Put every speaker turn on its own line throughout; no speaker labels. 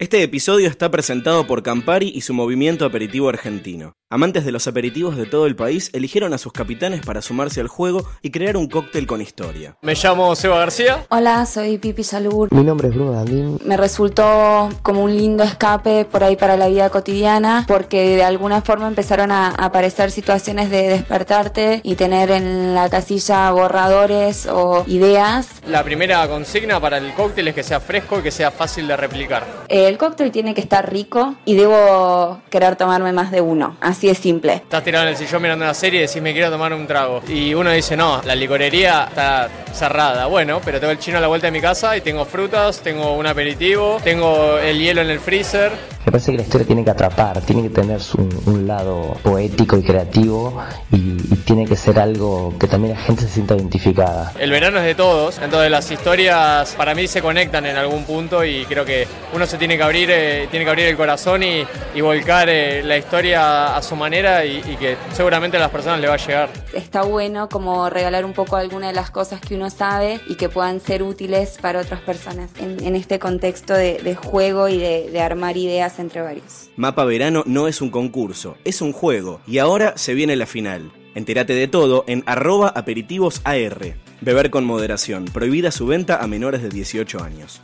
Este episodio está presentado por Campari y su movimiento aperitivo argentino. Amantes de los aperitivos de todo el país eligieron a sus capitanes para sumarse al juego y crear un cóctel con historia.
Me llamo Seba García.
Hola, soy Pipi Salur.
Mi nombre es Bruno Dandín.
Me resultó como un lindo escape por ahí para la vida cotidiana, porque de alguna forma empezaron a aparecer situaciones de despertarte y tener en la casilla borradores o ideas.
La primera consigna para el cóctel es que sea fresco y que sea fácil de replicar.
El cóctel tiene que estar rico y debo querer tomarme más de uno, así de simple.
Estás tirado en el sillón mirando una serie y decís me quiero tomar un trago. Y uno dice no, la licorería está cerrada. Bueno, pero tengo el chino a la vuelta de mi casa y tengo frutas, tengo un aperitivo, tengo el hielo en el freezer.
Me parece que la historia tiene que atrapar, tiene que tener un, un lado poético y creativo y, y tiene que ser algo que también la gente se sienta identificada.
El verano es de todos, entonces las historias para mí se conectan en algún punto y creo que uno se tiene que abrir, eh, tiene que abrir el corazón y, y volcar eh, la historia a su manera y, y que seguramente a las personas le va a llegar.
Está bueno como regalar un poco alguna de las cosas que uno sabe y que puedan ser útiles para otras personas en, en este contexto de, de juego y de, de armar ideas entre varios.
Mapa Verano no es un concurso, es un juego y ahora se viene la final. Entérate de todo en arroba aperitivosAR. Beber con moderación. Prohibida su venta a menores de 18 años.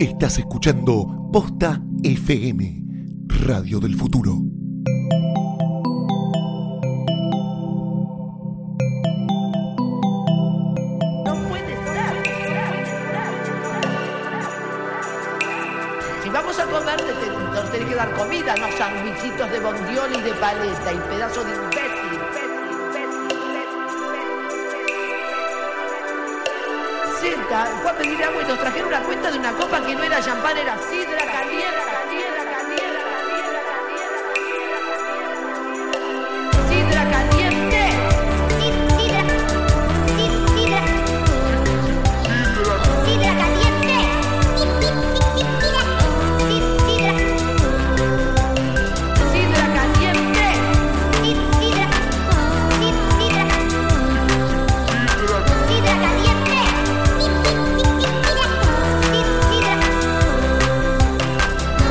Estás escuchando Posta FM, Radio del Futuro.
No puede ser. Si vamos a comer, te- te- nos tenés que dar comida, no sandwichitos de bondiol y de paleta y pedazo de imbécil. Senta, fue a pedir agua y nos trajeron una cuenta de una copa que no era champán, era sidra caliente. caliente, caliente, caliente, caliente, caliente. Sidra caliente. Sidra caliente.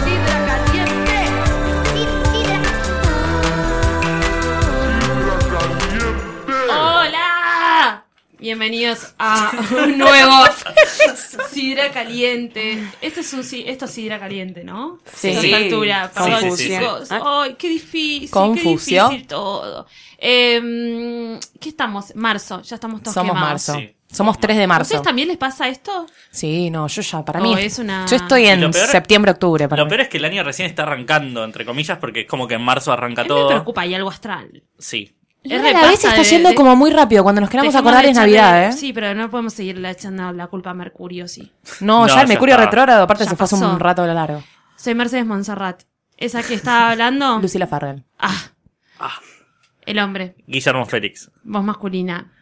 Sidra caliente.
¡Hola! Bienvenidos a un nuevo Sidra Caliente. Este es un, si- esto es Sidra Caliente, ¿no?
Sí.
A esta altura,
Sí,
perdón,
sí, sí.
chicos.
Ah.
Ay, qué difícil,
Confusio.
qué difícil todo. Eh, ¿Qué estamos? Marzo, ya estamos todos
Somos
quemados.
marzo.
Sí.
Somos 3 de
¿A
marzo.
ustedes también les pasa esto?
Sí, no, yo ya, para
No,
mí.
es una-
Yo estoy
Y lo
en
peor-
septiembre, octubre. Para
Lo
mí.
peor es que el año recién está arrancando, entre comillas, porque es como que en marzo arranca
¿Qué me
todo.
preocupa? Hay algo astral.
Sí.
Y
Es
ahora a
repasa
la vez está
de-
yendo
de-
como muy rápido. Cuando nos queramos
Dejemos
acordar
de
es
echarle-
Navidad, ¿eh?
Sí, pero no podemos seguirle echando la culpa a Mercurio, sí.
No,
No,
ya el
ya
Mercurio
está.
retrógrado, aparte
Ya
se fue hace
pasó.
un rato a lo largo.
Soy Mercedes Monserrat. Esa que estaba hablando.
Lucila Farrell.
Ah. El hombre,
Guillermo Félix.
voz masculina.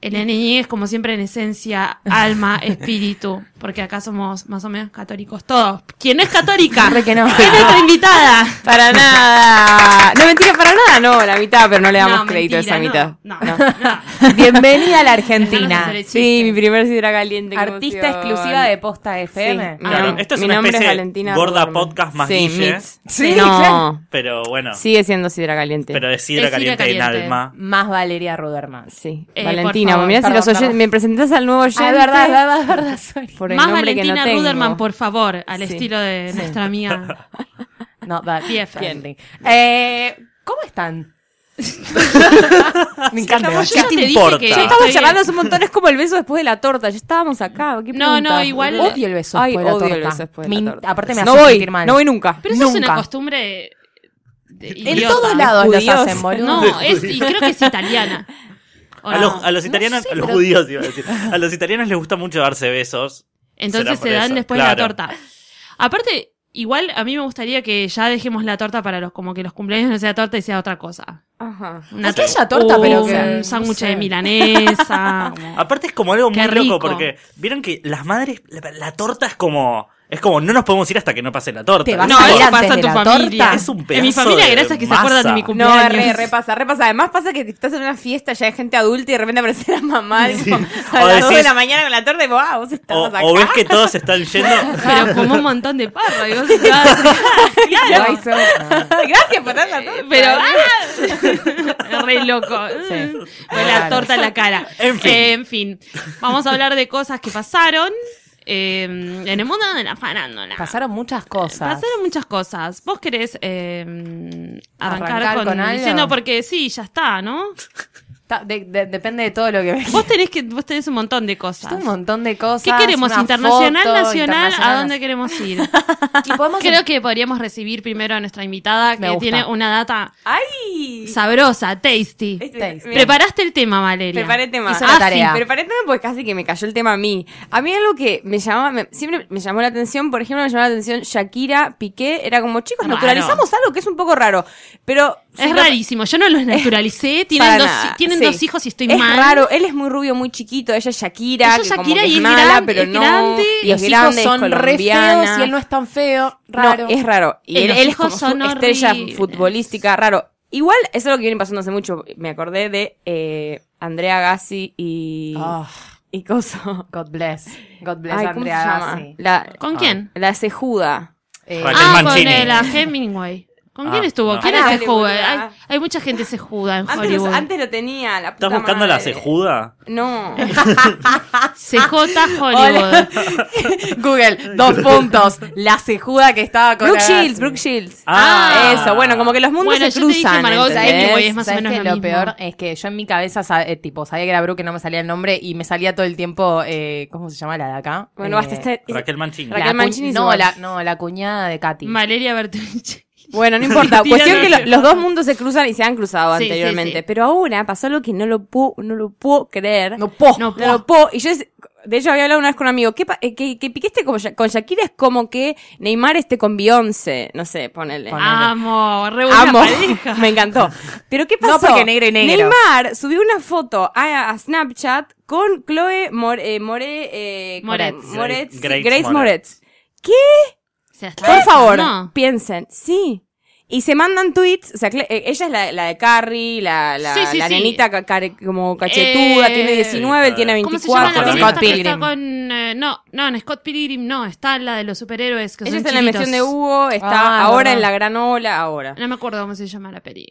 El NI es como siempre en esencia, alma, espíritu, porque acá somos más o menos católicos todos. ¿Quién no es católica?
Re que no.
Es nuestra invitada.
Para nada. No, mentira, para nada. No, la mitad, pero no le damos
No,
crédito a esa
mentira,
mitad.
No, no, no.
Bienvenida a la
Dejanos hacer
Argentina. Sí,
el chiste.
mi primer sidra caliente. qué
Artista
emoción.
exclusiva de Posta Ah,
Sí.
FM.
Mi
Claro,
nombre-
esto es
mi
una
nombre
especie de
Valentina
gorda
Ruberman.
podcast más
sí,
guille.
mix.
Sí,
no,
claro.
Pero bueno,
sigue siendo sidra caliente.
pero de sidra
Es sidra
caliente,
caliente.
en alma.
Más Valeria Ruderman.
Sí,
Eh,
Valentina,
por favor,
mirá si los
perdón,
oyentes-
perdón.
me presentas al nuevo oyente.
Ah, es verdad, es verdad, es verdad. sorry.
Por el
Más
nombre que no
Valentina
tengo.
Ruderman, por favor, al
Sí.
estilo de nuestra amiga.
Not that
BFF.
friendly. Eh, ¿Cómo están? Me encanta.
Yo ya
te
dije
importa?
que
Ya
estoy
Estamos
bien.
charlando hace un montón, es como el beso después de la torta. Ya estábamos acá. ¿qué
No,
pregunta?
no, igual-
Odio el beso
Ay,
después de la
odio el
torta.
beso después de
Me
la
in-
torta.
Aparte me
no
hace
voy,
sentir mal.
no voy nunca.
Pero eso es una
Nunca.
costumbre. de
En
idiota.
todos lados los
Judíos.
hacen, boludo.
No, es, y creo que es italiana. ¿O
A
Ah. no?
los, a los italianos, a los judíos iba a decir. A los italianos les gusta mucho darse besos.
Entonces
Será por
se dan
eso,
después la
claro.
torta. Aparte, igual a mí me gustaría que ya dejemos la torta para los como que los cumpleaños no sea torta y sea otra cosa.
Ajá.
Una
Que haya torta, pero que-
un
no
sándwich
sé.
de milanesa. como-
Aparte es como algo
Qué
muy
rico.
loco porque vieron que las madres, la, la torta es como Es como, no nos podemos ir hasta que no pase la torta.
Te vas
No,
a
es-
ir
eso
antes
pasa
de
en tu
la
familia.
torta.
Es un
En mi
pedazo
familia,
de
gracias que se acuerdan de mi
masa.
No,
cumpleaños.
re, repasa, repasa. Además pasa que estás en una fiesta, ya hay gente adulta y de repente aparece la mamá tipo, a
O
las 2 de
decís-
la mañana con la torta y vos, ah, vos
O,
estabas acá.
o ves que todos están yendo.
Pero como un montón de parra. Y vos estabas-
Claro.
Ay, so-
Gracias por dar la torta.
Pero ¡ah! re loco. Con la
Claro.
torta en la cara.
En fin.
Eh, en fin. Vamos a hablar de cosas que pasaron eh, en el mundo de la farándula.
Pasaron muchas cosas.
Pasaron muchas cosas. ¿Vos querés eh, arrancar,
¿Arrancar
con,
con algo?
diciendo porque sí, ya está, ¿no?
Ta- de- de- depende de todo lo que veas.
Vos tenés que vos tenés un montón de cosas.
Un montón de cosas.
¿Qué queremos?
una
¿Internacional,
foto,
nacional? ¿A
internacional,
dónde queremos ir?
Y podemos
Creo que podríamos recibir primero a nuestra invitada
Me
que
gusta.
tiene una data
¡Ay!
sabrosa, tasty.
Este, mira,
Preparaste el tema, Valeria.
Preparé el tema.
Hizo la
Ah,
tarea.
sí, preparé el tema porque casi que me cayó el tema a mí. A mí algo que me llamaba, me- siempre me llamó la atención, por ejemplo, me llamó la atención Shakira, Piqué, era como, chicos,
Raro.
naturalizamos algo que es un poco raro, pero...
Es
si lo-
rarísimo. Yo no los naturalicé. Tienen,
para
dos,
nada,
tienen
sí.
dos hijos y estoy
es
mal.
raro, él es muy rubio, muy chiquito, ella es Shakira,
Ella es
que como
Shakira
que
y es
mala,
gran-
pero
es
no,
grande,
y
Los
es
hijos
grande, es
son re
colombiana.
feos y él no es tan feo. Raro.
No, es raro. Y
Eh,
él,
los
él es
hijos
como su
son
estrella
horribles.
futbolística, raro. Igual, eso es lo que viene pasando hace mucho. Me acordé de eh, Andrea Gassi y.
Ah,
y Coso.
God bless. God bless,
Ay, ¿cómo se
Andrea.
llama?
Gassi.
La,
¿Con
Ah.
quién?
la cejuda.
Eh,
Raquel
Ah, con
Mancini.
el, a Hemingway. ¿Con
Ah,
quién estuvo?
no.
¿Quién
Pará,
es Sejuda?
boluda.
Hay, hay mucha gente Sejuda en
Antes, lo-
Hollywood.
antes lo tenía, la puta
¿Estás buscando
madre.
la cejuda?
No.
CJ Hollywood.
ah,
Google, dos puntos. La cejuda que estaba con.
Brooke
la-
Shields, Brooke Shields.
Ah.
Eso, bueno, como que los mundos
Bueno,
se
yo te dije
cruzan.
Margot
¿entendés?
Robbie, güey, es más o
¿Sabes
menos
qué?
lo
lo,
mismo.
peor es que yo en mi cabeza sa- eh, tipo sabía que era Brooke que no me salía el nombre y me salía todo el tiempo eh, ¿cómo se llama la de acá?
Bueno,
Eh,
basta. este-
Raquel Mancini.
la
Raquel
cu-
Mancini es
no,
igual.
la, no, la cuñada de Katy.
Valeria Bertucci.
Bueno, no importa.
Tirando
Cuestión que lo-
ese.
los dos mundos se cruzan y se han cruzado
Sí, sí,
anteriormente.
sí.
Pero ahora pasó algo que no lo puedo, no lo puedo creer.
no po.
No,
No lo puedo. Y yo, es- de hecho, había hablado una vez con un amigo. Que, que, que Piqué esté como Sha- con Shakira es como que Neymar esté con Beyoncé. No sé, ponele.
Ponele.
Ah, Amo, re buena
Amo.
pareja.
Me encantó. Pero ¿qué pasó?
No, porque negro y negro.
Neymar subió una foto a, a Snapchat con Chloe More, eh, More, eh,
Moretz.
Moretz, sí,
Grace
Grace,
Moretz.
Moretz.
Se la está
Por favor,
pasando.
piensen. Sí. Y se mandan tweets, o sea, Cle- eh, ella es la, la de Carrie, la, la,
Sí, sí,
la
sí.
nenita ca- care- como cachetuda,
Eh,
tiene 19,
Sí,
tiene
¿Cómo
24.
se llama la
Scott
película que
Pilgrim.
está con... eh, no, no, en Scott Pilgrim no. Está la de los superhéroes que
Ella
son
está en la
chiquitos.
invención de Hugo, está
Ah, es
ahora
verdad.
en la gran ola, ahora.
No me acuerdo cómo se llama la peli.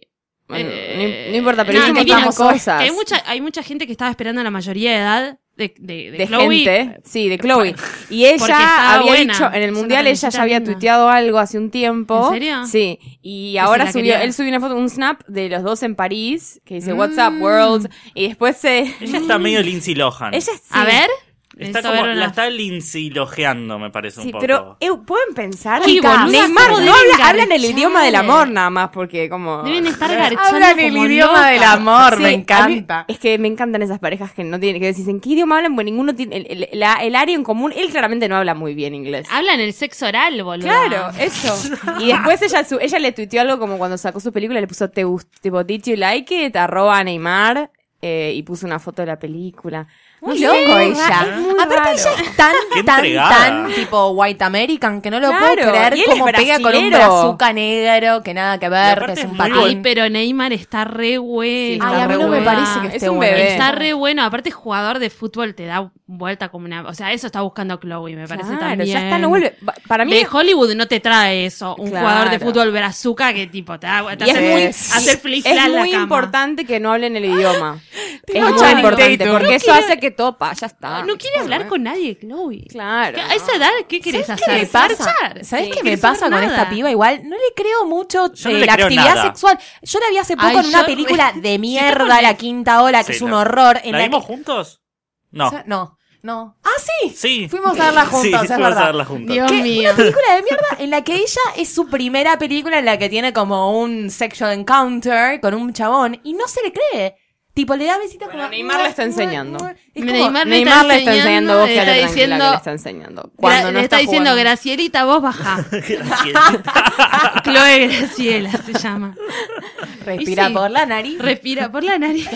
Bueno,
Eh,
no, no importa, pero
no,
hicimos
divino.
tantas cosas.
Que hay mucha, hay mucha gente que estaba esperando la mayoría de edad de, de, de
de
Chloe.
gente, sí, de Chloe. Y ella
estaba
había
buena.
dicho, en
Es
el
una
mundial ella
pelucita
ya había
linda.
tuiteado algo hace un tiempo.
¿En serio?
Sí. Y
se la
ahora subió,
quería.
él subió una foto, un snap de los dos en París, que dice
Mm.
What's up, world. Y después se.
Ella está medio Lindsay Lohan.
Ella sí.
A ver.
Está
necesito
como,
ver
la
una-
está Lindsay Lojeando, me parece un
Sí,
poco.
pero eh, pueden pensar.
Sí,
Chicas,
boluda,
Neymar
¿cómo
no
deben
habla, hablan el
garchar?
idioma del amor nada más, porque como.
Deben estar garchando
Hablan el
como
idioma
locas.
del amor,
Sí,
me
a mí-
encanta.
es que me encantan esas parejas que no tienen que decir en qué idioma hablan, pues ninguno tiene el, el- la- el área en común. Él claramente no habla muy bien inglés.
Hablan el sexo oral, boludo.
Claro, eso. Y después ella su- ella le tuiteó algo como cuando sacó su película, le puso te gust- tipo did you like it, arroba Neymar, eh, y puso una foto de la película.
Muy
No sé,
loco
es
ella.
ra- es muy
Aparte
raro.
ella es tan,
Qué
tan,
entregada.
tan tipo white American que no lo puedo
Claro, y
creer
él
como
es
pega con un
brasilero.
brazuca negro que nada que ver,
aparte
que es
es
un
muy
Ay,
patín.
pero Neymar está re
Sí,
bueno.
Ay,
está
a mí
re
no me
bueno.
parece que esté
Es un
bueno.
bebé.
Está re bueno. Aparte, jugador de fútbol te da vuelta como una. O sea, eso está buscando Chloe, me parece
Claro,
también.
ya está, no vuelve. Ba- Para mí
de Hollywood no te trae eso. Un
Claro.
jugador de fútbol brazuca que tipo te da vuelta.
Y es
hacer-
muy-
hacer flick
es
en la
muy
cama.
importante que no hablen el idioma. es
amo,
muy
Channing
importante,
Tatum.
porque
No
eso
quiere-
hace que topa, ya está.
No quiere hablar con nadie, Chloe.
Claro.
A esa edad, ¿qué querés
¿Sabes
hacer?
qué me pasa?
Parchar.
¿Sabés
Sí.
qué me
¿Querés
pasa
hacer
con
nada?
esta piba? Igual no le creo mucho
Yo no
eh,
le
la
creo
actividad
nada.
sexual. Yo la vi hace poco
Ay,
en una
yo re-
película de
Sí,
mierda,
con-
La Quinta Ola, que
Sí,
es un
la-
horror. En
¿La
la
vimos
que-
juntos? No.
No, no. Ah, sí.
Sí.
Fuimos a verla juntos,
Sí,
es
fuimos
verdad.
a verla juntos.
Dios
¿Qué?
mío.
película de mierda en la que ella es su primera película en la que tiene como un sexual encounter con un chabón y no se le cree. Tipo, le da besitos
Bueno,
como...
Neymar le está enseñando.
Es como-
Neymar le
Neymar le está enseñando vos que
le está
le tranquila que
diciendo,
le está enseñando. Cuando
Gra-
no
le está, diciendo,
jugando.
Gracielita, vos bajá. Chloe Graciela se llama.
Respira
Y sí.
por la nariz.
Respira por la nariz.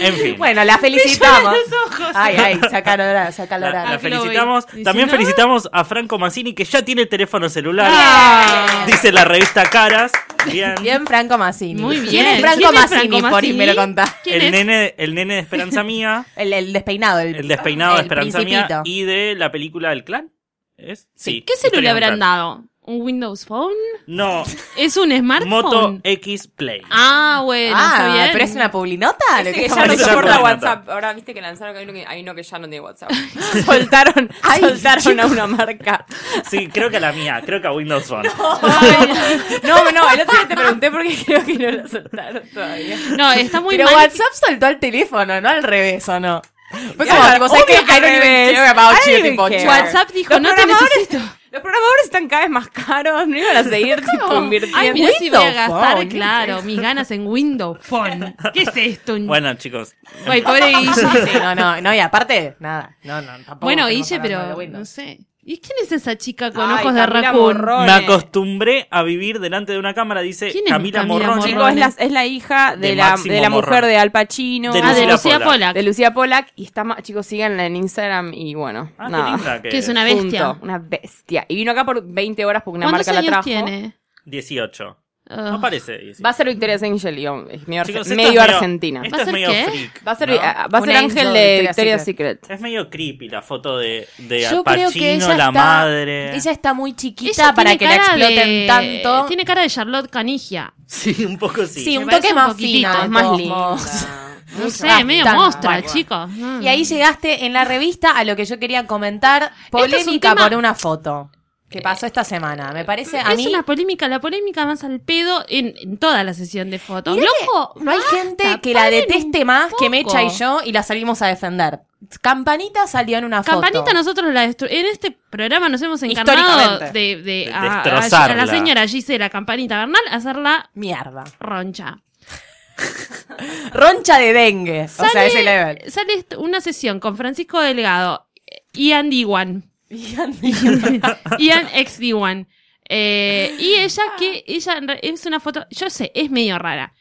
En fin.
Bueno, la felicitamos.
Me lloran los ojos.
Ay, ay, sacalo ahora, sacalo
La, la
ahora.
felicitamos.
Y si
También
no-
felicitamos a Franco Mancini, que ya tiene teléfono celular.
Ah.
Dice la revista Caras. Bien.
Bien, Franco Massini.
Muy bien.
¿Quién es Franco
¿Quién es
Massini?
Franco
Por ahí
Massini?
me lo contá.
¿Quién
El
es?
nene, el nene de Esperanza Mía.
El, el despeinado. El,
El despeinado de
el
Esperanza Mía.
principito.
Y de la película del clan. ¿Es? Sí.
¿Qué
Historia
celular
de un
habrán
clan.
dado? ¿Un Windows Phone?
No.
¿Es un smartphone?
Moto eh. X Play.
Ah, bueno, está
Ah,
bien.
pero es una publinota. lo
Ese que
estamos
ya no
Esa
diciendo.
soporta
buena
WhatsApp. Ahora viste que lanzaron que hay uno que, hay uno que ya no tiene WhatsApp. soltaron
Ay,
soltaron a una marca.
Sí, creo que a la mía. Creo que a Windows Phone.
No, no, el otro día te pregunté porque creo que no la soltaron todavía.
No, está muy
Pero
mal.
WhatsApp soltó al teléfono, no al revés, ¿o no? Fue como,
Claro,
tipo, ¿sabes qué?
obvio que
I don't
al
even
revés.
care about
I
you,
don't
tipo,
even care.
WhatsApp dijo,
Los
no te
programadores-
necesito.
Los programadores están cada vez más caros, no iban a seguir tipo, invirtiendo.
Ay, mira si voy a
Windows
gastar,
Phone.
claro, mis ganas en Windows Phone. ¿Qué es esto?
Bueno, chicos.
Ay, pobre Guille.
Sí, no, no, no, y aparte, nada. No, no, tampoco.
Bueno,
estamos
Guille,
hablando de
pero no
Windows.
sé. ¿Y quién es esa chica con
Ay,
ojos de
Camila
raccoon?
Morrone.
Me acostumbré a vivir delante de una cámara, dice
¿Quién es
Camila,
Camila
Morrón.
Morrone?
Chico, es la, es la hija de,
De
la,
Máximo
de la
Morrón.
mujer de Al Pacino,
De
Ah, de
Lucía
Lucía
Pola.
Pola.
de Lucía Polak. Y está, ma- chicos, síganla en Instagram y bueno,
Ah, qué
nada.
linda que
Que es una
Punto.
bestia.
Una bestia. Y vino acá por 20 horas porque una
¿Cuántos
marca la
años
trajo.
tiene?
18.
Ah.
No parece 18.
Va a ser Victoria Angel, digamos, es medio,
Chicos,
arge-
esto es
medio argentina.
Esto
¿Va a
es
ser
medio
qué?
freak,
Va a ser,
¿no?
ah, va a
Un
ser
angel
Ángel
de
de
Victoria's
Victoria's Secret.
Es medio creepy la foto de, de
Yo
Al
creo que
Pacino,
ella
la
está,
madre.
Ella está muy chiquita
Ella
para
tiene
que la
cara
exploten
de-
tanto.
Tiene cara de Charlotte Canigia.
Sí, un poco sí.
sí, un
me parece
toque
un
más
poquitito,
fino,
es
de
más
todos
linda.
modos.
No sé,
bastante.
medio mostra,
Bueno.
chicos. Mm.
Y ahí llegaste en la revista a lo que yo quería comentar, polémica
es un tema- Eh,
por una foto que pasó esta semana. Me parece a
es
mí
una polémica, la polémica más al pedo en, en toda la sesión de fotos.
Mirá
Loco,
no hay
basta,
gente que la
paren
deteste
un
más que
poco.
Mecha y yo y la salimos a defender. Campanita salió en una
Campanita
foto.
nosotros la destru- en este programa nos hemos encarnado
Históricamente.
de, de-
De
a, a-
destrozarla.
a la señora Gisela Campanita Bernal hacerla
Mierda.
roncha.
Roncha de dengue. O sea, ese level.
Sale est- una sesión con Francisco Delgado eh, y Andy Wan. Ian ex D1. Eh, y ella que ella en re- es una foto, yo sé, es medio rara.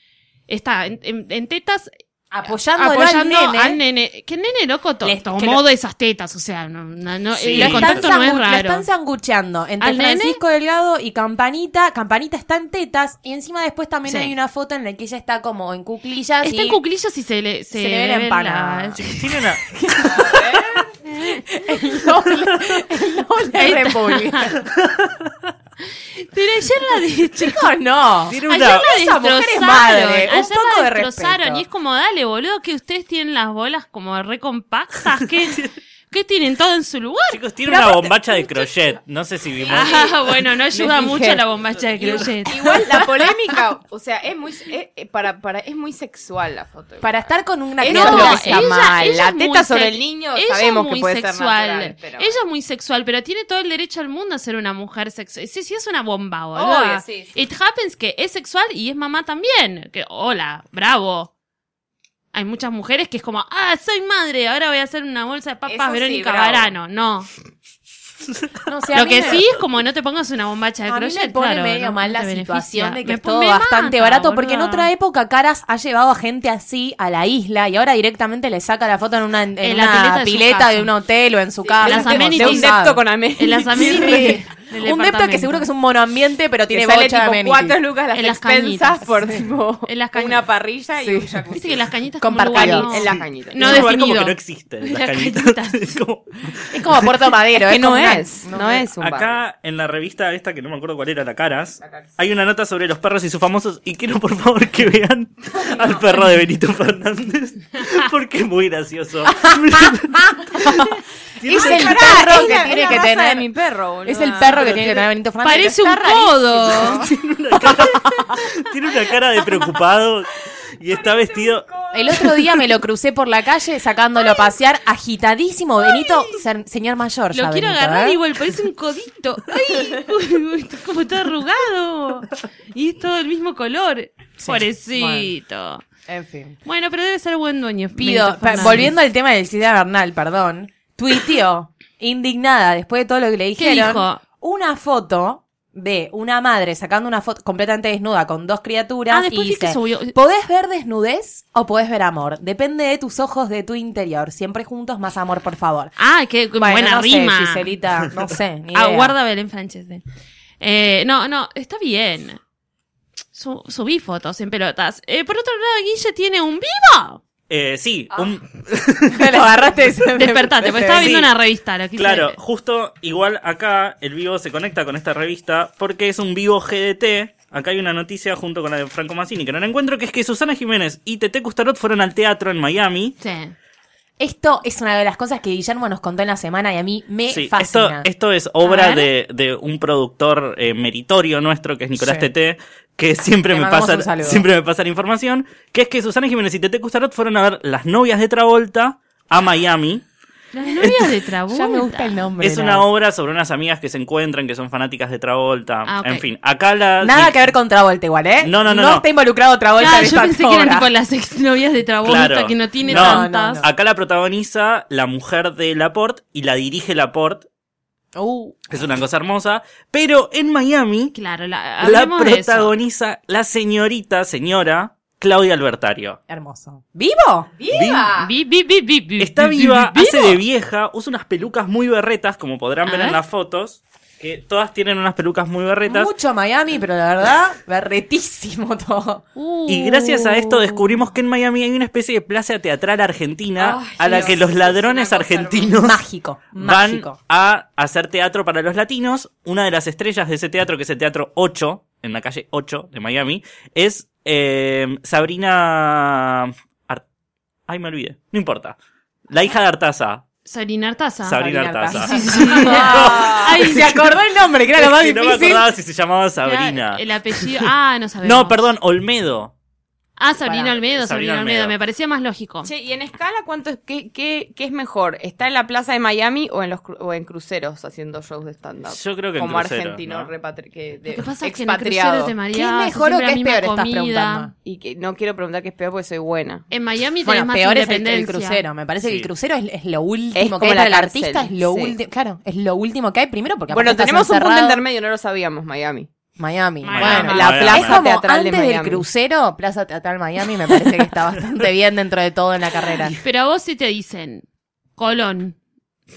Está en, en- en tetas
Apoyando,
apoyando
al nene.
Que el nene loco to-
Les- que
tomó
lo-
de esas tetas, o sea, no, no- no-
Sí.
el
Lo están
contacto no es
sangu- lo
raro.
están sangucheando entre
¿Al nene?
Francisco Delgado y Campanita. Campanita está en tetas y encima después también
Sí.
hay una foto en la que ella está como en
Ah,
cuclillas.
Está
y-
en cuclillas y se le,
Se le ve la empana.
la-
Tiene una-
Ahí está.
Pero ayer la destrozaron.
Chicos, no.
tiene
Ayer
una-
la
Esa mujer es
destrozaron.
madre, un
ayer
poco
la
de
destrozaron.
respeto.
Y es como, dale, boludo, que ustedes tienen las bolas como recompactas. Que, que tienen todo en su lugar.
Chicos, tiene una bombacha de crochet. No sé si vimos.
Ah, bueno, no ayuda
Les dije.
mucho la bombacha de crochet.
Igual la polémica, o sea, es muy, es- es- para, para, es muy sexual la foto.
Para estar con una
Eso
No,
es lo que está
criatura-
ella-
mal.
ella
La
es muy
teta sobre
sex-
el niño
ella
sabemos
es
que
muy
puede ser
sexual.
natural, pero-
Ella es muy sexual, pero tiene todo el derecho al mundo a ser una mujer sexual. Sí, sí, es una bomba,
Obvio,
boludo.
sí, sí.
It happens que es sexual y es mamá también. Que, hola, bravo. Hay muchas mujeres que es como, ah, soy madre, ahora voy a hacer una bolsa de
Eso
papas
sí,
Verónica
bravo.
Varano. No.
no sé, a
Lo
mí
que
me-
sí es como no te pongas una bombacha de
A mí
crochet.
me pone
claro,
medio
no-
mal
no
la
te beneficia.
situación de que
Me
es
pon-
todo
me
bastante
mata,
barato, porque en
boluda.
otra época Caras ha llevado a gente así a la isla y ahora directamente le saca la foto en una, en
En la
una
pileta de su
pileta,
casa.
de, un hotel o en su casa.
las
Es como,
amenities.
se ha
un
usado.
depto
usado.
con amén.
En las amenities. del
Un depto que
departamento.
seguro que es un monoambiente, pero tiene
Tiene
bocha
sale
de
tipo
amenities.
cuatro lucas las,
En las
expensas
cañitas.
por tipo
En las cañitas.
una parrilla y
Sí.
un jacuzzi.
Viste que las cañitas
Con
como un lugar
parqueaderos.
no-
En las cañitas.
No
es un lugar como que
definido.
no existe. Las
Las
cañitas.
cañitas.
Es como-
Es como Puerto Madero.
que no
como una-
es, no es un barrio.
Acá en la revista esta, que no me acuerdo cuál era, La Caras, hay una nota sobre los perros y sus famosos. Y quiero por favor que vean al perro de Benito Fernández. Porque es muy gracioso. Tiene
Es
una-
el
Pará,
perro
es
que
la-
tiene
es la
que
raza de
tener.
mi perro, boluda.
Es el perro que tiene que tener Benito Fernández.
Parece
pero
un
está rarísimo.
codo.
Tiene una cara de preocupado y está vestido.
El otro día me lo crucé por la calle sacándolo a pasear, agitadísimo. Benito, ser- señor mayor.
Lo
ya,
quiero
Benito,
agarrar
¿eh?
igual, parece un codito. ¡Ay! Uy, uy, está como todo arrugado. Y es todo el mismo color. Pobrecito. Bueno.
En fin.
pero debe ser buen dueño.
Pido,
Benito
pa-
Fernández.
volviendo al tema del Cida Bernal, perdón. Tuiteó, indignada, después de todo lo que le
¿Qué Ah,
dijeron,
dijo?
una foto de una madre sacando una foto completamente desnuda con dos criaturas
Ah, después
y
vi que
dice,
subió-
¿podés ver desnudez o podés ver amor? Depende de tus ojos, de tu interior. Siempre juntos, más amor, por favor.
Ah, qué qué
Bueno,
buena
no sé,
rima. Ah,
Giselita, no sé, ni idea.
Aguarda Belén Francese. Eh, no, no, está bien. Su- subí fotos en pelotas. Eh, por otro lado, Guille tiene un vivo.
Eh, sí,
Ah,
un,
Te lo agarraste. pues,
Despertate, porque estaba viendo
Sí.
una revista. Lo quise-
Claro, justo igual acá el vivo se conecta con esta revista porque es un vivo GDT. Acá hay una noticia junto con la de Franco Massini que no la encuentro, que es que Susana Jiménez y Tete Custarot fueron al teatro en Miami.
Sí.
Esto es una de las cosas que Guillermo nos contó en la semana y a mí me
Sí, esto,
fascina.
esto es obra
A
de, de un productor eh, meritorio nuestro, que es Nicolás
Sí.
Tete, que siempre
Le
me,
mandamos
pasa,
un saludo.
siempre me pasa la información, que es que Susana Jiménez y Tete Custarot fueron a ver Las novias de Travolta a Miami.
Las novias de Travolta.
Ya me gusta el nombre.
Es una obra sobre unas amigas que se encuentran, que son fanáticas de Travolta.
Ah, ok.
En fin, acá la...
Nada que ver con Travolta igual, ¿eh?
No, no, no,
No,
no.
está involucrado Travolta
Claro,
en
yo
esta
pensé que eran
obra.
tipo las exnovias de Travolta
Claro.
que no tiene
No,
tantas.
no,
Acá la protagoniza la mujer de Laporte y la dirige Laporte.
Uh,
Es una cosa hermosa. Pero en Miami
Claro, la,
la
hablemos de eso.
protagoniza la señorita, señora Claudia Albertario.
hermoso. ¿Vivo?
¡Viva!
Vi- vi- vi- vi- vi-
Está
vi-
viva,
vi-
hace de vieja, usa unas pelucas muy berretas, como podrán
A
ver,
ver.
en las fotos. Que todas tienen unas pelucas muy berretas.
Mucho Miami, pero la verdad, berretísimo todo.
Uh.
Y gracias a esto descubrimos que en Miami hay una especie de plaza teatral argentina
Ay,
a la
Dios,
que los
es
ladrones
una cosa
argentinos
Mágico,
van
mágico.
a hacer teatro para los latinos. Una de las estrellas de ese teatro, que es el Teatro 8, en la calle 8 de Miami, es eh, Sabrina... Ar- Ay, me olvidé. No importa. La hija de Artaza.
Sabrina Artaza.
Sabrina
Sabrina
Artaza.
Artaza.
Ay,
se acordó el nombre, que era lo más
Es que no me
difícil.
acordaba si se llamaba Sabrina.
El apellido. Ah, no sabemos.
No, perdón, Olmedo.
Ah, Sabrina
Pará.
Olmedo, Sabrina,
Sabrina
Olmedo.
Olmedo.
Me parecía más lógico.
Che, ¿y en escala cuánto es, qué, qué, qué es mejor? este, ¿Está en la plaza de Miami o en los cru- o en cruceros haciendo shows de stand-up?
Yo creo que en
Como
crucero,
argentino
¿no?
repatri- que de-
Lo que pasa es que en el crucero
expatriado.
te mareas.
¿Qué es mejor o qué es peor? Estás preguntando.
Y que no quiero preguntar qué es peor porque soy buena.
En Miami tenés
Bueno,
más
peor es el,
independencia.
el crucero. Me parece que el
Sí.
crucero es, es lo último
Es
que
como
hay
la
para el
cárcel,
artista. Es lo
sí.
último. Claro, es lo último que hay primero porque
Bueno,
aparte estás
tenemos un punto
encerrado.
intermedio, no lo sabíamos, Miami.
Miami.
Miami.
Bueno,
La
Miami.
plaza
es como
teatral de
antes del
Miami.
crucero, Plaza Teatral Miami me parece que está bastante bien dentro de todo en la carrera.
Pero a vos si te dicen Colón,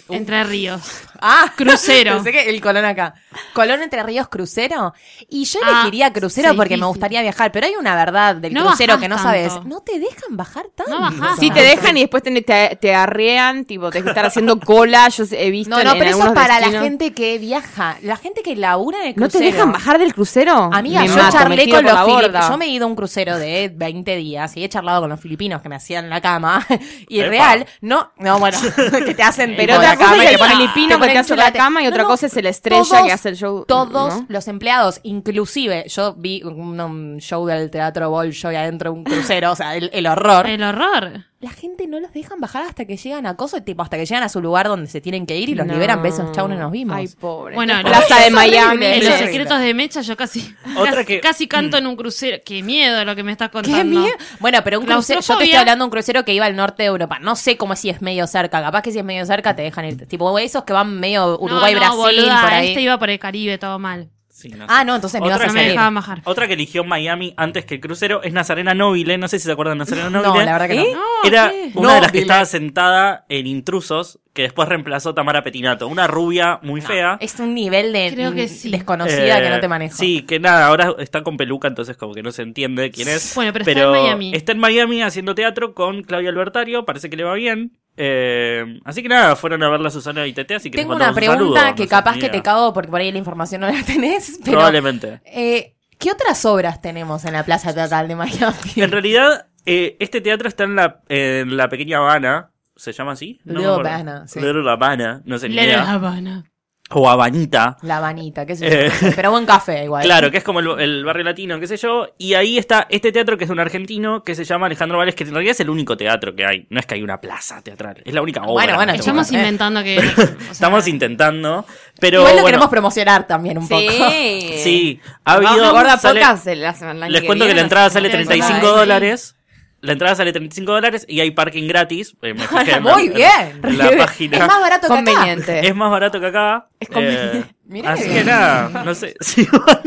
Entre Ríos,
Ah,
Crucero.
Pensé que el Colón acá. Colón Entre Ríos Crucero. Y yo
Ah,
elegiría crucero
sí,
porque me
difícil.
gustaría viajar, pero hay una verdad del
No
crucero
bajás
que no
tanto.
sabes. No te dejan bajar tanto.
No bajás.
Sí, te dejan y después te, te, te arrean, tipo, tenés que estar haciendo eh, cola, yo he visto
No,
en-
no,
en
pero eso es
algunos
para la
destinos.
gente que viaja, la gente que labura en el
¿No te
crucero.
dejan bajar del crucero?
Amiga,
Me
yo
mato, me
charlé
tiro por
con los
la
filipinos.
borda.
Yo me he ido a un crucero de 20 días y he charlado con los filipinos que me hacían la cama. Y
Epa.
real, no, no, bueno, que te hacen
Pero
tipo
otra
la
cosa
cama
es
y te
el
ponen-
filipino que
ponen
te hace la
chocolate.
cama y
No,
otra
no,
cosa es el estrella
todos-
que hace el show.
Todos
¿no?
los empleados, inclusive yo vi un, un show del teatro Bolshoi adentro de un crucero, o sea, el, el horror.
El horror.
La gente no los dejan bajar hasta que llegan a cosas, tipo hasta que llegan a su lugar donde se tienen que ir y los
No.
liberan. Besos, chau, no nos vimos.
Ay, pobre.
Bueno,
Entonces,
no,
Plaza de
es horrible,
Miami.
es
En los
horrible.
secretos de Mecha yo casi,
Otra
casi,
que-
casi canto en un crucero. Qué miedo lo que me estás contando.
Qué miedo. Bueno, pero un crucero, yo te estoy
Claustrofobia.
hablando de un crucero que iba al norte de Europa. No sé cómo si es medio cerca. Capaz que si es medio cerca te dejan ir. Tipo esos que van medio
No,
Uruguay,
no,
Brasil,
boluda,
por ahí.
Este iba por el Caribe, todo mal.
Sí, no sé.
Ah, no, entonces me
Otra
vas a
No me
que-
salir.
dejaban bajar.
Otra que eligió Miami antes que el crucero es Nazarena Nobile. No sé si se acuerdan de Nazarena
No,
Nobile.
la verdad que no.
¿Eh? No,
Era
¿qué?
una de las que
Nobile.
estaba sentada en Intrusos, que después reemplazó Tamara Petinato, una rubia muy fea.
Ah, Es un nivel de
Creo que sí.
desconocida
Eh,
que no te manejo.
Sí, que nada, ahora está con peluca, entonces como que no se entiende quién es.
Bueno, pero está en Miami.
Está en Miami haciendo teatro con Claudia Albertario, parece que le va bien. Eh, así que nada, fueron a verla Susana y Tete, así que les
Tengo una
mandamos un saludo,
pregunta
no
que
sé,
capaz
ni
que
idea.
te cago porque por ahí la información no la tenés, pero
Probablemente.
eh, ¿qué otras obras tenemos en la Plaza Teatral de Miami?
En realidad, eh, este teatro está en la, en la pequeña Habana. ¿Se llama así? me
Little
acuerdo.
Havana, sí.
Little Habana, no sé ni
Little
idea.
Havana.
O Habanita.
La Vanita, qué sé yo.
Eh.
Pero buen café igual.
Claro, que es como el, el barrio latino, qué sé yo. Y ahí está este teatro que es de un argentino que se llama Alejandro Vales, que en realidad es el único teatro que hay. No es que hay una plaza teatral, es la única obra.
Bueno, bueno,
en este
Estamos
momento.
Eh.
inventando que... o sea,
Estamos intentando, pero
Igual lo
bueno,
queremos promocionar también un poco.
Sí.
sí, ha
Vamos,
habido...
gorda
sale-
podcast de la semana
Les cuento que
viene,
la entrada
no sé
sale
qué es,
35
¿verdad?
dólares. La entrada sale 35 dólares y hay parking gratis. Eh, me fijé en la-
Muy bien.
en la página.
Es más barato que acá.
Conveniente.
Es más barato que acá.
Es conveniente.
Eh,
Mirá.
Así que nada, no sé. Si van,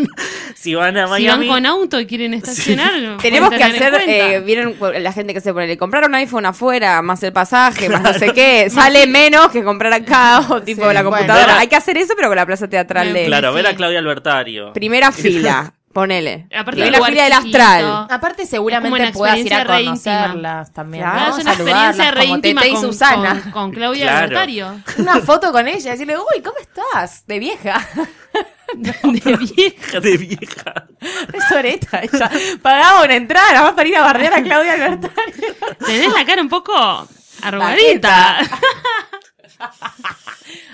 si van a
Si van
Miami.
con auto y quieren estacionar, lo pueden
Tenemos que
tener en
hacer,
cuenta.
eh, vieron la gente que se pone, le compraron un iPhone afuera, más el pasaje, más no sé qué, sale menos que comprar acá o tipo
Sí,
la
bueno.
computadora.
Ver a-
Hay que hacer eso, pero con la plaza teatral de
claro, ver a Claudia Albertario.
primera fila, ponele.
Aparte
Primera
lugar
fila del
chiquito.
astral.
Aparte,
Es como
seguramente
una
puedas ir a
experiencia re íntima.
conocerlas también.
Claro,
¿no?
es una
Saludarlas
experiencia re
como
íntima
Tete y
con,
Susana.
con- con Claudia
Claro.
Albertario.
Una foto con ella, decirle, uy, ¿cómo estás? De vieja.
De vieja.
Hija de vieja.
Es soreta ella. Pagaba una entrada, nada más para ir a bardear a Claudia Albertario.
Tenés la cara un poco arrugadita.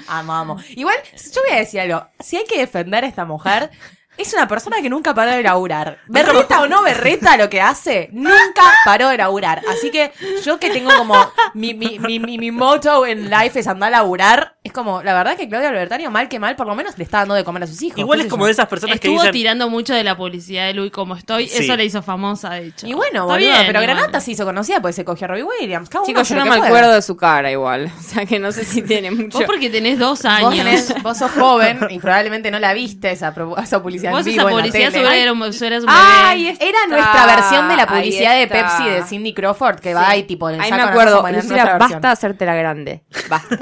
Amamos. Igual, yo voy a decir algo. Si hay que defender a esta mujer, es una persona que nunca paró de laburar. Berreta o no berreta lo que hace, nunca paró de laburar. Así que yo que tengo como mi, mi, mi, mi, mi motto en life es andar a laburar, es como, la verdad que Claudia Albertario, mal que mal, por lo menos le está dando de comer a sus hijos.
Igual
qué
es
sé
como
yo.
de esas personas que
Estuvo
dicen.
tirando mucho de la publicidad de Louis como estoy.
Sí.
Eso la hizo famosa, de hecho.
Y bueno,
Está
boludo,
bien,
pero
y
Granata
bueno.
se hizo conocida porque se cogió a Robbie Williams. Cada uno
Chicos,
hace
yo no
lo
me
que puede.
acuerdo de su cara igual, o sea que no sé si tiene mucho...
Vos porque tenés dos años.
Vos, tenés- vos sos joven y probablemente no la viste esa, pro- esa publicidad
Vos
en
esa
vivo en la tele.
publicidad seguro era un, seguro era un
Ay,
bebé.
está,
Era nuestra versión de la
ahí
publicidad de
está.
Pepsi de Cindy Crawford que va y tipo le
Ahí me
saca una
acuerdo,
cosa, bueno, es
Lucila,
nuestra versión.
basta de hacerte la grande. Basta.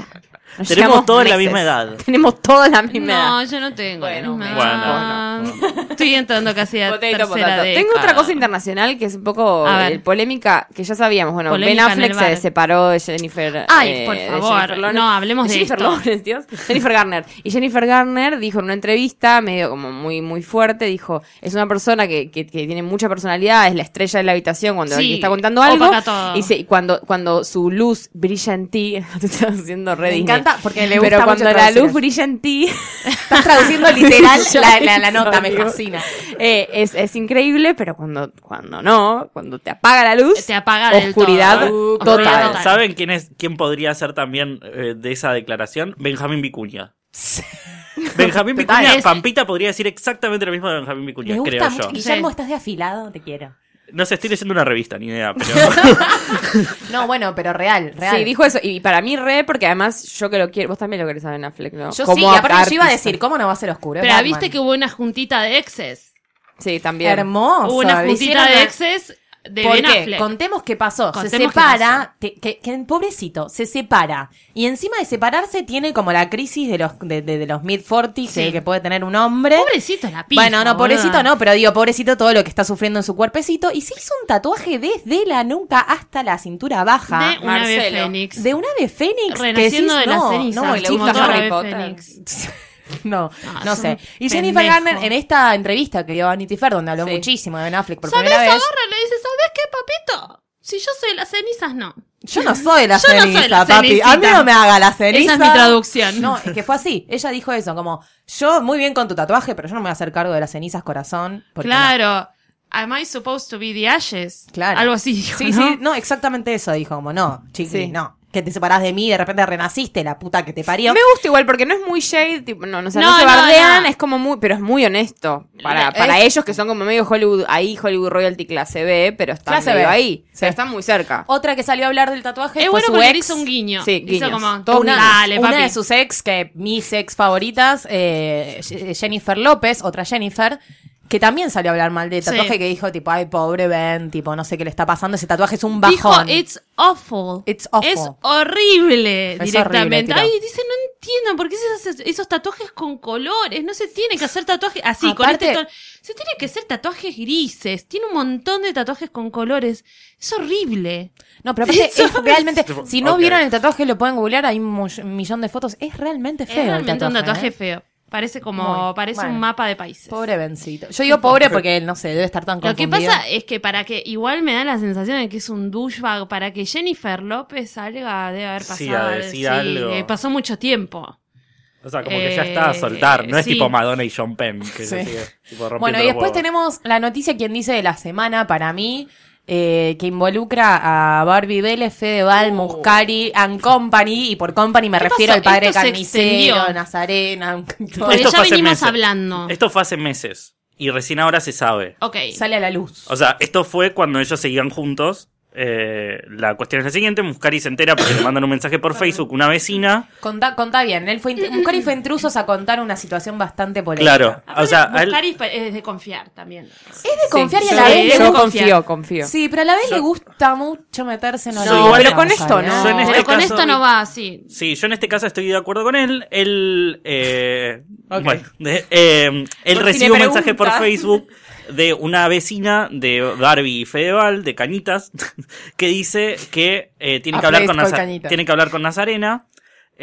Nos
Tenemos
llevamos
todos la
meses.
misma edad.
Tenemos todos la misma
No,
edad.
yo no tengo.
Bueno,
no.
bueno,
Estoy entrando casi a
Potato,
tercera
potato.
década.
Tengo otra cosa internacional que es un poco
A ver.
eh, polémica, que ya sabíamos. Bueno,
Polémica
Ben
en
Affleck
el bar.
se separó de Jennifer.
Ay,
eh,
por
de
favor,
Jennifer Lawrence.
no, hablemos de
Jennifer
esto.
Lawrence, Dios. Jennifer Garner. Y Jennifer Garner dijo en una entrevista, medio como muy, muy fuerte, dijo: Es una persona que, que- que tiene mucha personalidad, es la estrella de la habitación cuando
Sí,
alguien está contando
opaca
algo.
todo.
Y se- y cuando, cuando su luz brilla en ti, te estás haciendo re
Me
Disney.
encanta porque le gusta
Pero cuando
mucho
la
traducir
luz
eso.
brilla en ti.
Estás traduciendo literal
Ya
la, la- la
hizo,
nota, me
digo.
fascina.
Eh, es, es increíble, pero cuando, cuando no, cuando te apaga la luz,
Te apaga del
oscuridad
todo.
total.
Oscuridad total.
¿Saben quién es quién podría ser también eh, de esa declaración? Benjamín Vicuña. Benjamín
Total.
Vicuña,
Es-
Pampita podría decir exactamente lo mismo de Benjamín Vicuña,
Me
creo
gusta
yo.
mucho. Guillermo,
Sí.
estás de afilado, te quiero.
No sé, estoy leyendo una revista, ni idea, pero
No, bueno, pero real, real.
Sí, dijo eso. Y para mí re, porque además yo que lo quiero, vos también lo querés saber en Affleck, ¿no?
yo
Como
sí, y aparte yo iba
artista.
a decir, ¿cómo no va a ser oscuro? Es
Pero ah,
Batman.
viste que hubo una juntita de exes.
Sí, también.
hermoso.
Hubo una
le
juntita
hicieron
de
una-
exes de
¿Por
Ben
qué?
Affleck.
Contemos qué pasó. se
Contemos qué
separa, te- que, que el pobrecito se separa. Y encima de separarse tiene como la crisis de los, de, de- de los mid-40s
Sí.
eh, que puede tener un hombre.
Pobrecito la pija.
bueno, no, pobrecito
boluda.
no, pero digo, pobrecito todo lo que está sufriendo en su cuerpecito. Y se hizo un tatuaje desde la nuca hasta la cintura baja
De una ave
Marcelo.
fénix.
de una ave fénix. que
Renaciendo
decís,
de las
no,
cenizas.
No,
como
el
gusta
chico
toda
Harry
ave
Potter.
fénix.
no,
Ah,
no
es
sé.
un
Y Jennifer
pendejo.
Garner, en esta entrevista que dio a Vanity Fair, donde habló
Sí.
muchísimo de Ben Affleck por
¿Sabés?
primera vez.
Agarra y le dice, ¿sabés qué, papito? Si yo soy de las cenizas, no.
Yo no soy la
Yo no soy
ceniza,
la
papi.
cenicita.
A mí no me haga la ceniza.
Esa es mi traducción.
No, es que fue así. Ella dijo eso, como, yo muy bien con tu tatuaje, pero yo no me voy a hacer cargo de las cenizas, corazón. porque
Claro. Am I supposed to be the ashes?
no". Claro.
Algo así dijo,
Sí,
¿no?
sí, no, exactamente eso dijo, como, no, chiqui,
Sí.
no. Que te separás de mí y de repente renaciste, la puta que te parió.
Me gusta igual porque no es muy shade, tipo, no, no, o sea,
No,
no se
no,
bardean,
no.
es como muy, pero es muy honesto. Para,
Es-
para ellos que son como medio Hollywood, ahí Hollywood Royalty clase B, pero están
Clase
medio
B.
ahí.
Sí.
Pero están muy cerca.
Otra que salió a hablar del tatuaje
Es
fue
bueno
su
porque
ex.
le hizo un guiño.
Sí,
hizo
guiños.
como,
Todos
una,
dale,
una
papi.
de sus ex, que mis ex favoritas, eh, Je- Jennifer López, otra Jennifer, que también salió a hablar mal de tatuaje,
Sí.
que dijo tipo, ay, pobre Ben, tipo, no sé qué le está pasando, ese tatuaje es un
Dijo,
bajón.
it's awful.
It's awful.
Es horrible,
Es
directamente.
horrible, tiró.
Ay, dice, no entiendo por qué se hace esos tatuajes con colores. No se tiene que hacer tatuajes así, con
Aparte-
este tono. Se tiene que hacer tatuajes grises. Tiene un montón de tatuajes con colores. Es horrible.
no, pero aparte,
Eso
es realmente,
es-
si no
ok.
vieron el tatuaje, lo pueden googlear, hay un mo- millón de fotos, es realmente
Es
feo. el
realmente un tatuaje
¿eh?
feo. Parece como,
Muy,
parece
bueno.
un mapa de países.
Pobre Bencito. Yo digo pobre porque él, no sé, debe estar tan
Lo que
confundido.
pasa es que para que, igual me da la sensación de que es un douchebag, para que Jennifer López salga debe haber pasado.
Sí, a decir algo.
eh, pasó mucho tiempo.
o sea, como que ya
Eh,
está a soltar, no es
sí.
tipo Madonna y John Penn, que se
Sí.
sigue tipo, rompiendo
Bueno, y
los
después
huevos.
tenemos la noticia quien dice de la semana para mí, eh, que involucra a Barbie Vélez, Fedeval, Muscari and Company, y por Company me
¿Qué
refiero
pasó?
al padre
Esto se
carnicero,
extendió.
Nazarena, todo.
Porque
Esto
ya
fue hace
venimos
meses.
hablando.
Esto fue hace meses y recién ahora se sabe.
Ok.
sale a la luz.
O sea, esto fue cuando ellos seguían juntos Eh, la cuestión es la siguiente: Muscari se entera porque le mandan un mensaje por Facebook una vecina.
Contá, contá bien. Él fue, int- Muscari fue intrusos a contar una situación bastante polémica.
Claro, o sea, a él-
Buscar y fe- es de confiar también.
Es de confiar y a
yo,
la vez le
yo
gusta-
confío, Eh, confío.
Sí, pero a la vez le gusta mucho meterse en
No,
olivos,
igual-
pero con
vamos a
esto
ver.
no.
Yo en este
Pero con
caso-
esto no va así.
Sí, yo en este caso estoy de acuerdo con él. Él, eh,
Ok.
bueno, de- eh, él
Por si
recibe
le
un mensaje
preguntan.
por Facebook de una vecina de Barbie y Fedeval, de Cañitas, que dice que, eh, tiene, que
A
hablar con
Facebook,
Naza-
Cañitas.
tiene que hablar con Nazarena.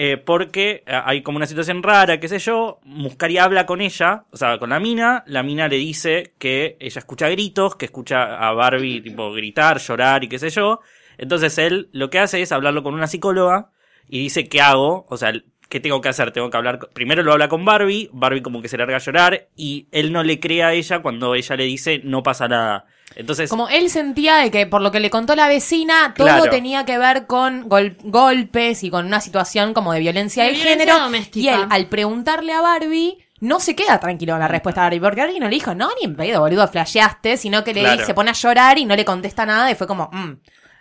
eh, porque eh, hay como una situación rara, qué sé yo. Muscari habla con ella, o sea, con la mina. La mina le dice que ella escucha gritos, que escucha a Barbie tipo gritar, llorar y qué sé yo. Entonces él lo que hace es hablarlo con una psicóloga y dice, ¿qué hago? O sea, ¿qué tengo que hacer? Tengo que hablar. con- Primero lo habla con Barbie, Barbie como que se larga a llorar y él no le cree a ella cuando ella le dice, no pasa nada. Entonces,
Como él sentía de que por lo que le contó la vecina, todo
Claro.
tenía que ver con gol- golpes y con una situación como de violencia
De
de,
violencia
género.
doméstica.
Y él, al preguntarle a Barbie, no se queda tranquilo
Mm.
con la respuesta de Barbie, porque Barbie no le dijo, no, ni en pedo, boludo, flasheaste, sino que le
Claro.
se pone a llorar y no le contesta nada y fue como, mm,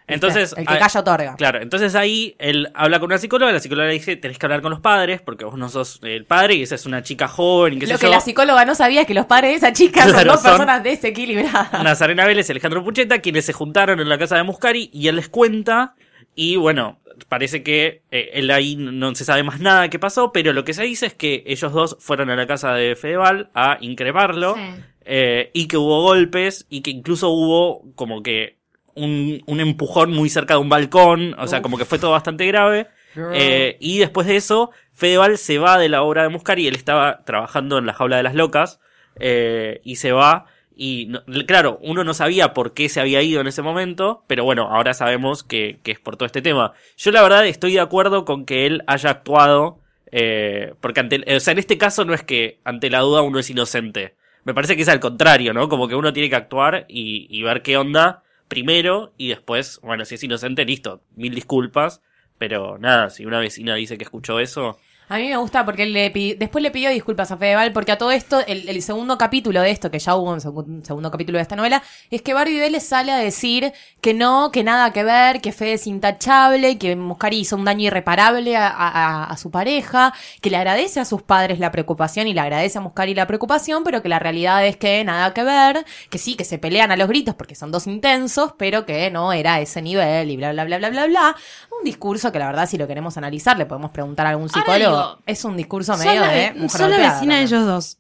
entonces
el que
ah,
calla otorga.
Claro, entonces ahí él habla con una psicóloga, la psicóloga le dice, tenés que hablar con los padres, porque vos no sos el padre, y esa es una chica joven, y qué
Lo
sé
que
yo.
la psicóloga no sabía es que los padres de esa chica son
Claro,
dos
son-
personas desequilibradas.
Nazarena Vélez y Alejandro Pucheta, quienes se juntaron en la casa de Muscari, y él les cuenta, y bueno, parece que eh, él ahí no se sabe más nada que pasó, pero lo que se dice es que ellos dos fueron a la casa de Fedeval a increparlo,
Sí.
eh, y que hubo golpes, y que incluso hubo como que un, un empujón muy cerca de un balcón, o sea, como que fue todo bastante grave. Eh, y después de eso, Fedeval se va de la obra de Muscari, él estaba trabajando en la jaula de las locas, eh, y se va. Y no- claro, uno no sabía por qué se había ido en ese momento, pero bueno, ahora sabemos que, que es por todo este tema. Yo la verdad estoy de acuerdo con que él haya actuado, eh, porque ante, o sea, en este caso no es que ante la duda uno es inocente. Me parece que es al contrario, ¿no? Como que uno tiene que actuar y, y ver qué onda primero y después, bueno, si es inocente, listo, mil disculpas. Pero nada, si una vecina dice que escuchó eso,
A mí me gusta porque él le pi- después le pidió disculpas a Fedeval porque a todo esto, el, el segundo capítulo de esto, que ya hubo un, segu- un segundo capítulo de esta novela, es que Barbie Vélez sale a decir que no, que nada que ver, que Fede es intachable, que Muscari hizo un daño irreparable a, a- a- a su pareja, que le agradece a sus padres la preocupación y le agradece a Muscari la preocupación, pero que la realidad es que nada que ver, que sí, que se pelean a los gritos porque son dos intensos, pero que no era ese nivel y bla, bla, bla, bla, bla, bla. Un discurso que la verdad, si lo queremos analizar, le podemos preguntar a algún
Ahora
psicólogo.
digo,
es un discurso
Son
medio
la,
de.
ve-
mujer
¿eh? son la
golpeada
vecina de
también.
ellos dos.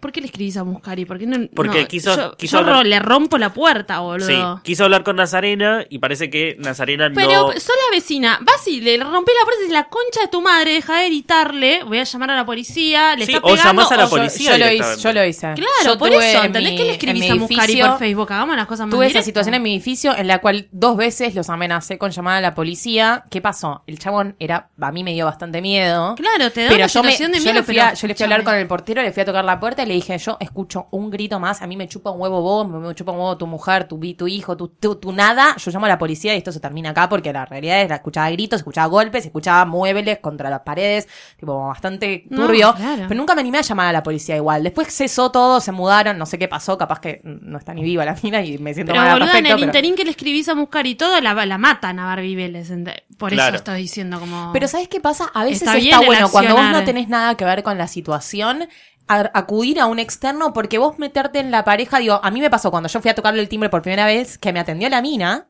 ¿Por qué le escribís a Muscari? ¿Por qué no,
Porque
no,
quiso-
yo,
quiso
yo
hablar-
ro- le rompo la puerta, boludo.
sí, quiso hablar con Nazarena y parece que Nazarena
Pero
no...
soy la vecina. Vas y le rompí la puerta y dices, la concha de tu madre, deja de gritarle. Voy a llamar a la policía. Le
Sí,
está
o
pegando.
llamás a la
o-
policía.
Yo lo hice.
directamente.
Yo lo hice.
Claro,
Yo
por
tuve
eso.
en
¿Entendés
mi-
que le
en
escribís
mi
a Muscari
edificio-
por Facebook? Hagamos las cosas más
Tuve esa
directas.
situación en mi edificio en la cual dos veces los amenacé con llamar a la policía. ¿Qué pasó? El chabón era. A mí me dio bastante miedo.
Claro, te da
Pero
una
yo, me,
situación de
yo
miedo,
le fui a,
pero
yo le fui a hablar
escúchame.
con el portero, le fui a tocar la puerta y le dije, yo escucho un grito más, a mí me chupa un huevo vos, me chupa un huevo tu mujer, tu, vi- tu hijo, tu, tu, tu nada, yo llamo a la policía y esto se termina acá porque la realidad es que escuchaba gritos, escuchaba golpes, escuchaba muebles contra las paredes, tipo bastante
No,
turbio,
claro.
pero nunca me animé a llamar a la policía igual. Después cesó todo, se mudaron, no sé qué pasó, capaz que mm, no está ni viva la mina y me siento
Pero
mal al
boludo, en el
respecto, pero-
interín que le escribís a Muscari y todo, la, la matan a Barbie Vélez. ¿entendés? Por
Claro.
eso estoy diciendo como...
Pero ¿sabes qué pasa? A veces
Está
está,
bien el
bueno cuando vos
accionar.
no tenés nada que ver con la situación a- acudir a un externo porque vos meterte en la pareja, digo, a mí me pasó cuando yo fui a tocarle el timbre por primera vez que me atendió la mina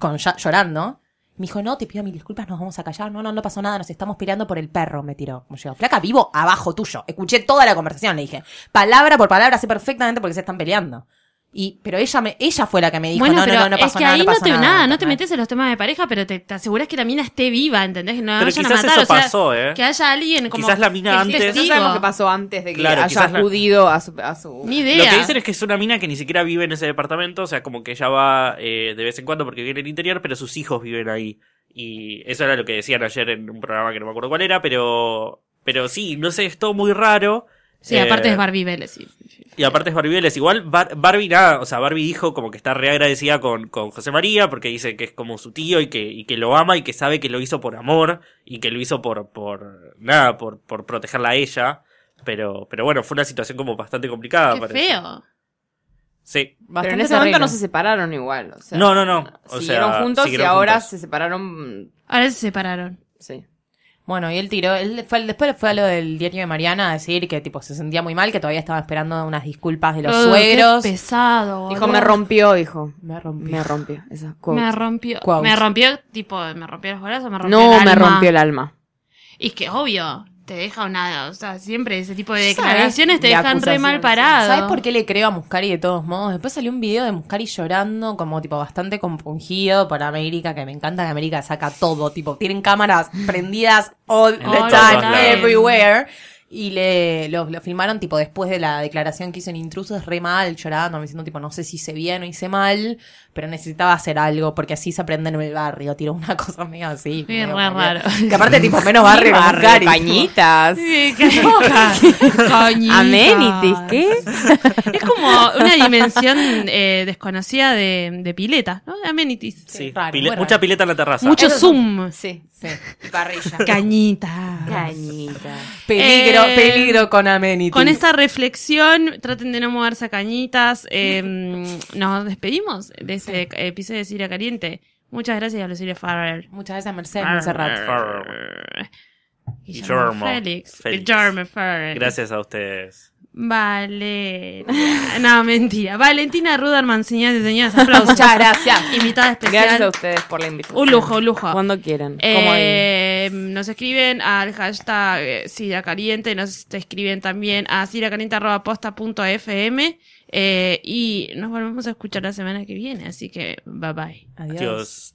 con ya- llorando. Me dijo, no, te pido mil disculpas, nos vamos a callar. No, no, no pasó nada, nos estamos peleando por el perro, me tiró. Como yo, flaca, vivo abajo tuyo. Escuché toda la conversación, le dije. Palabra por palabra, sé perfectamente por qué se están peleando. Y, pero ella me, ella fue la que me dijo,
bueno,
no,
pero
no, no, no
es
pasó
que
nada,
ahí
no
no,
pasó
te, nada, no te
pasó nada".
metes en los temas de pareja, pero te, te aseguras que la mina esté viva, ¿entendés? Que no la
Pero
vayan a
quizás
matar.
eso
o sea,
pasó, ¿eh?
Que haya alguien como...
Quizás la mina
que
antes-
No
testigo.
sabemos qué pasó antes de que
Claro,
haya
quizás la-
acudido a su... A su...
Ni idea.
Lo que dicen es que es una mina que ni siquiera vive en ese departamento, o sea, como que ella va eh, de vez en cuando porque vive en el interior, pero sus hijos viven ahí. Y eso era lo que decían ayer en un programa que no me acuerdo cuál era, pero pero sí, no sé, es todo muy raro.
Sí,
Eh,
aparte es Barbie Vélez, sí.
Y aparte es Barbie Vélez. Igual Bar- Barbie nada, o sea, Barbie dijo como que está reagradecida con, con José María porque dice que es como su tío y que, y que lo ama y que sabe que lo hizo por amor y que lo hizo por, por nada, por, por Ah, protegerla a ella. Pero, pero bueno, fue una situación como bastante complicada.
Qué
parece.
feo.
Sí.
Pero en
Bastante
ese momento
terreno.
no se separaron igual. O sea,
No, no, no. O
siguieron
sea,
juntos
siguieron
y ahora
juntos.
se separaron.
Ahora se separaron.
Sí.
Bueno, y él tiró, él fue, después fue a lo del diario de Mariana a decir que tipo se sentía muy mal, que todavía estaba esperando unas disculpas de los
Oh,
suegros.
qué pesado.
Ah, Dijo,
boludo.
me rompió, dijo.
Me rompí.
Me rompió. Esa quote.
Me rompió.
Quote.
Me rompió, tipo, me rompió los bolas o me rompió
no,
el alma.
me rompió el alma.
Y es que obvio, te deja una. O sea, siempre ese tipo de
¿Sabes?
declaraciones te
De
dejan re
acusación,
mal
sí.
parado.
¿Sabes por qué le creo a Muscari de todos modos? Después salió un video de Muscari llorando, como tipo bastante compungido por América, que me encanta que América saca todo, tipo, tienen cámaras prendidas all the
En
todos lados.
time, everywhere. Y le, lo, lo filmaron, tipo, después de la declaración que hizo en Intrusos, re mal, llorando, me diciendo, tipo, no sé si hice bien o hice mal, pero necesitaba hacer algo, porque así se aprende en el barrio. Tiró una cosa medio así.
Sí,
medio
re
como-
raro.
Que aparte, tipo, menos barrio, que Muscari.
Cañitas.
Sí, qué- Coñitas.
Amenities, ¿qué?
Es como una dimensión eh, desconocida de, de pileta, ¿no? De amenities.
Sí,
raro,
pile-
muy raro.
mucha pileta en la terraza.
Mucho
Eso
zoom.
Sí.
Sí.
Parrilla.
Cañita.
Cañitas.
Peligro,
Eh,
peligro con amenities.
Con esta reflexión, traten de no moverse a cañitas. eh, nos despedimos de ese episodio de Siria Caliente. Muchas gracias a Lucilia Farrell.
Muchas gracias, Mercedes
Ah,
Monserrat.
Farrell.
Guillermo
Guillermo
Félix.
Félix.
Guillermo Farrell.
Gracias a ustedes.
Vale. No, mentira. Valentina Ruderman, señoras y señores, aplausos.
Muchas gracias.
Invitada especial.
Gracias a ustedes por la invitación.
Un lujo, un lujo.
Cuando quieran.
Eh, nos escriben al hashtag eh, Sira Caliente, nos escriben también a siracaliente.posta.fm eh, y nos volvemos a escuchar la semana que viene, así que bye bye.
Adiós.
Adiós.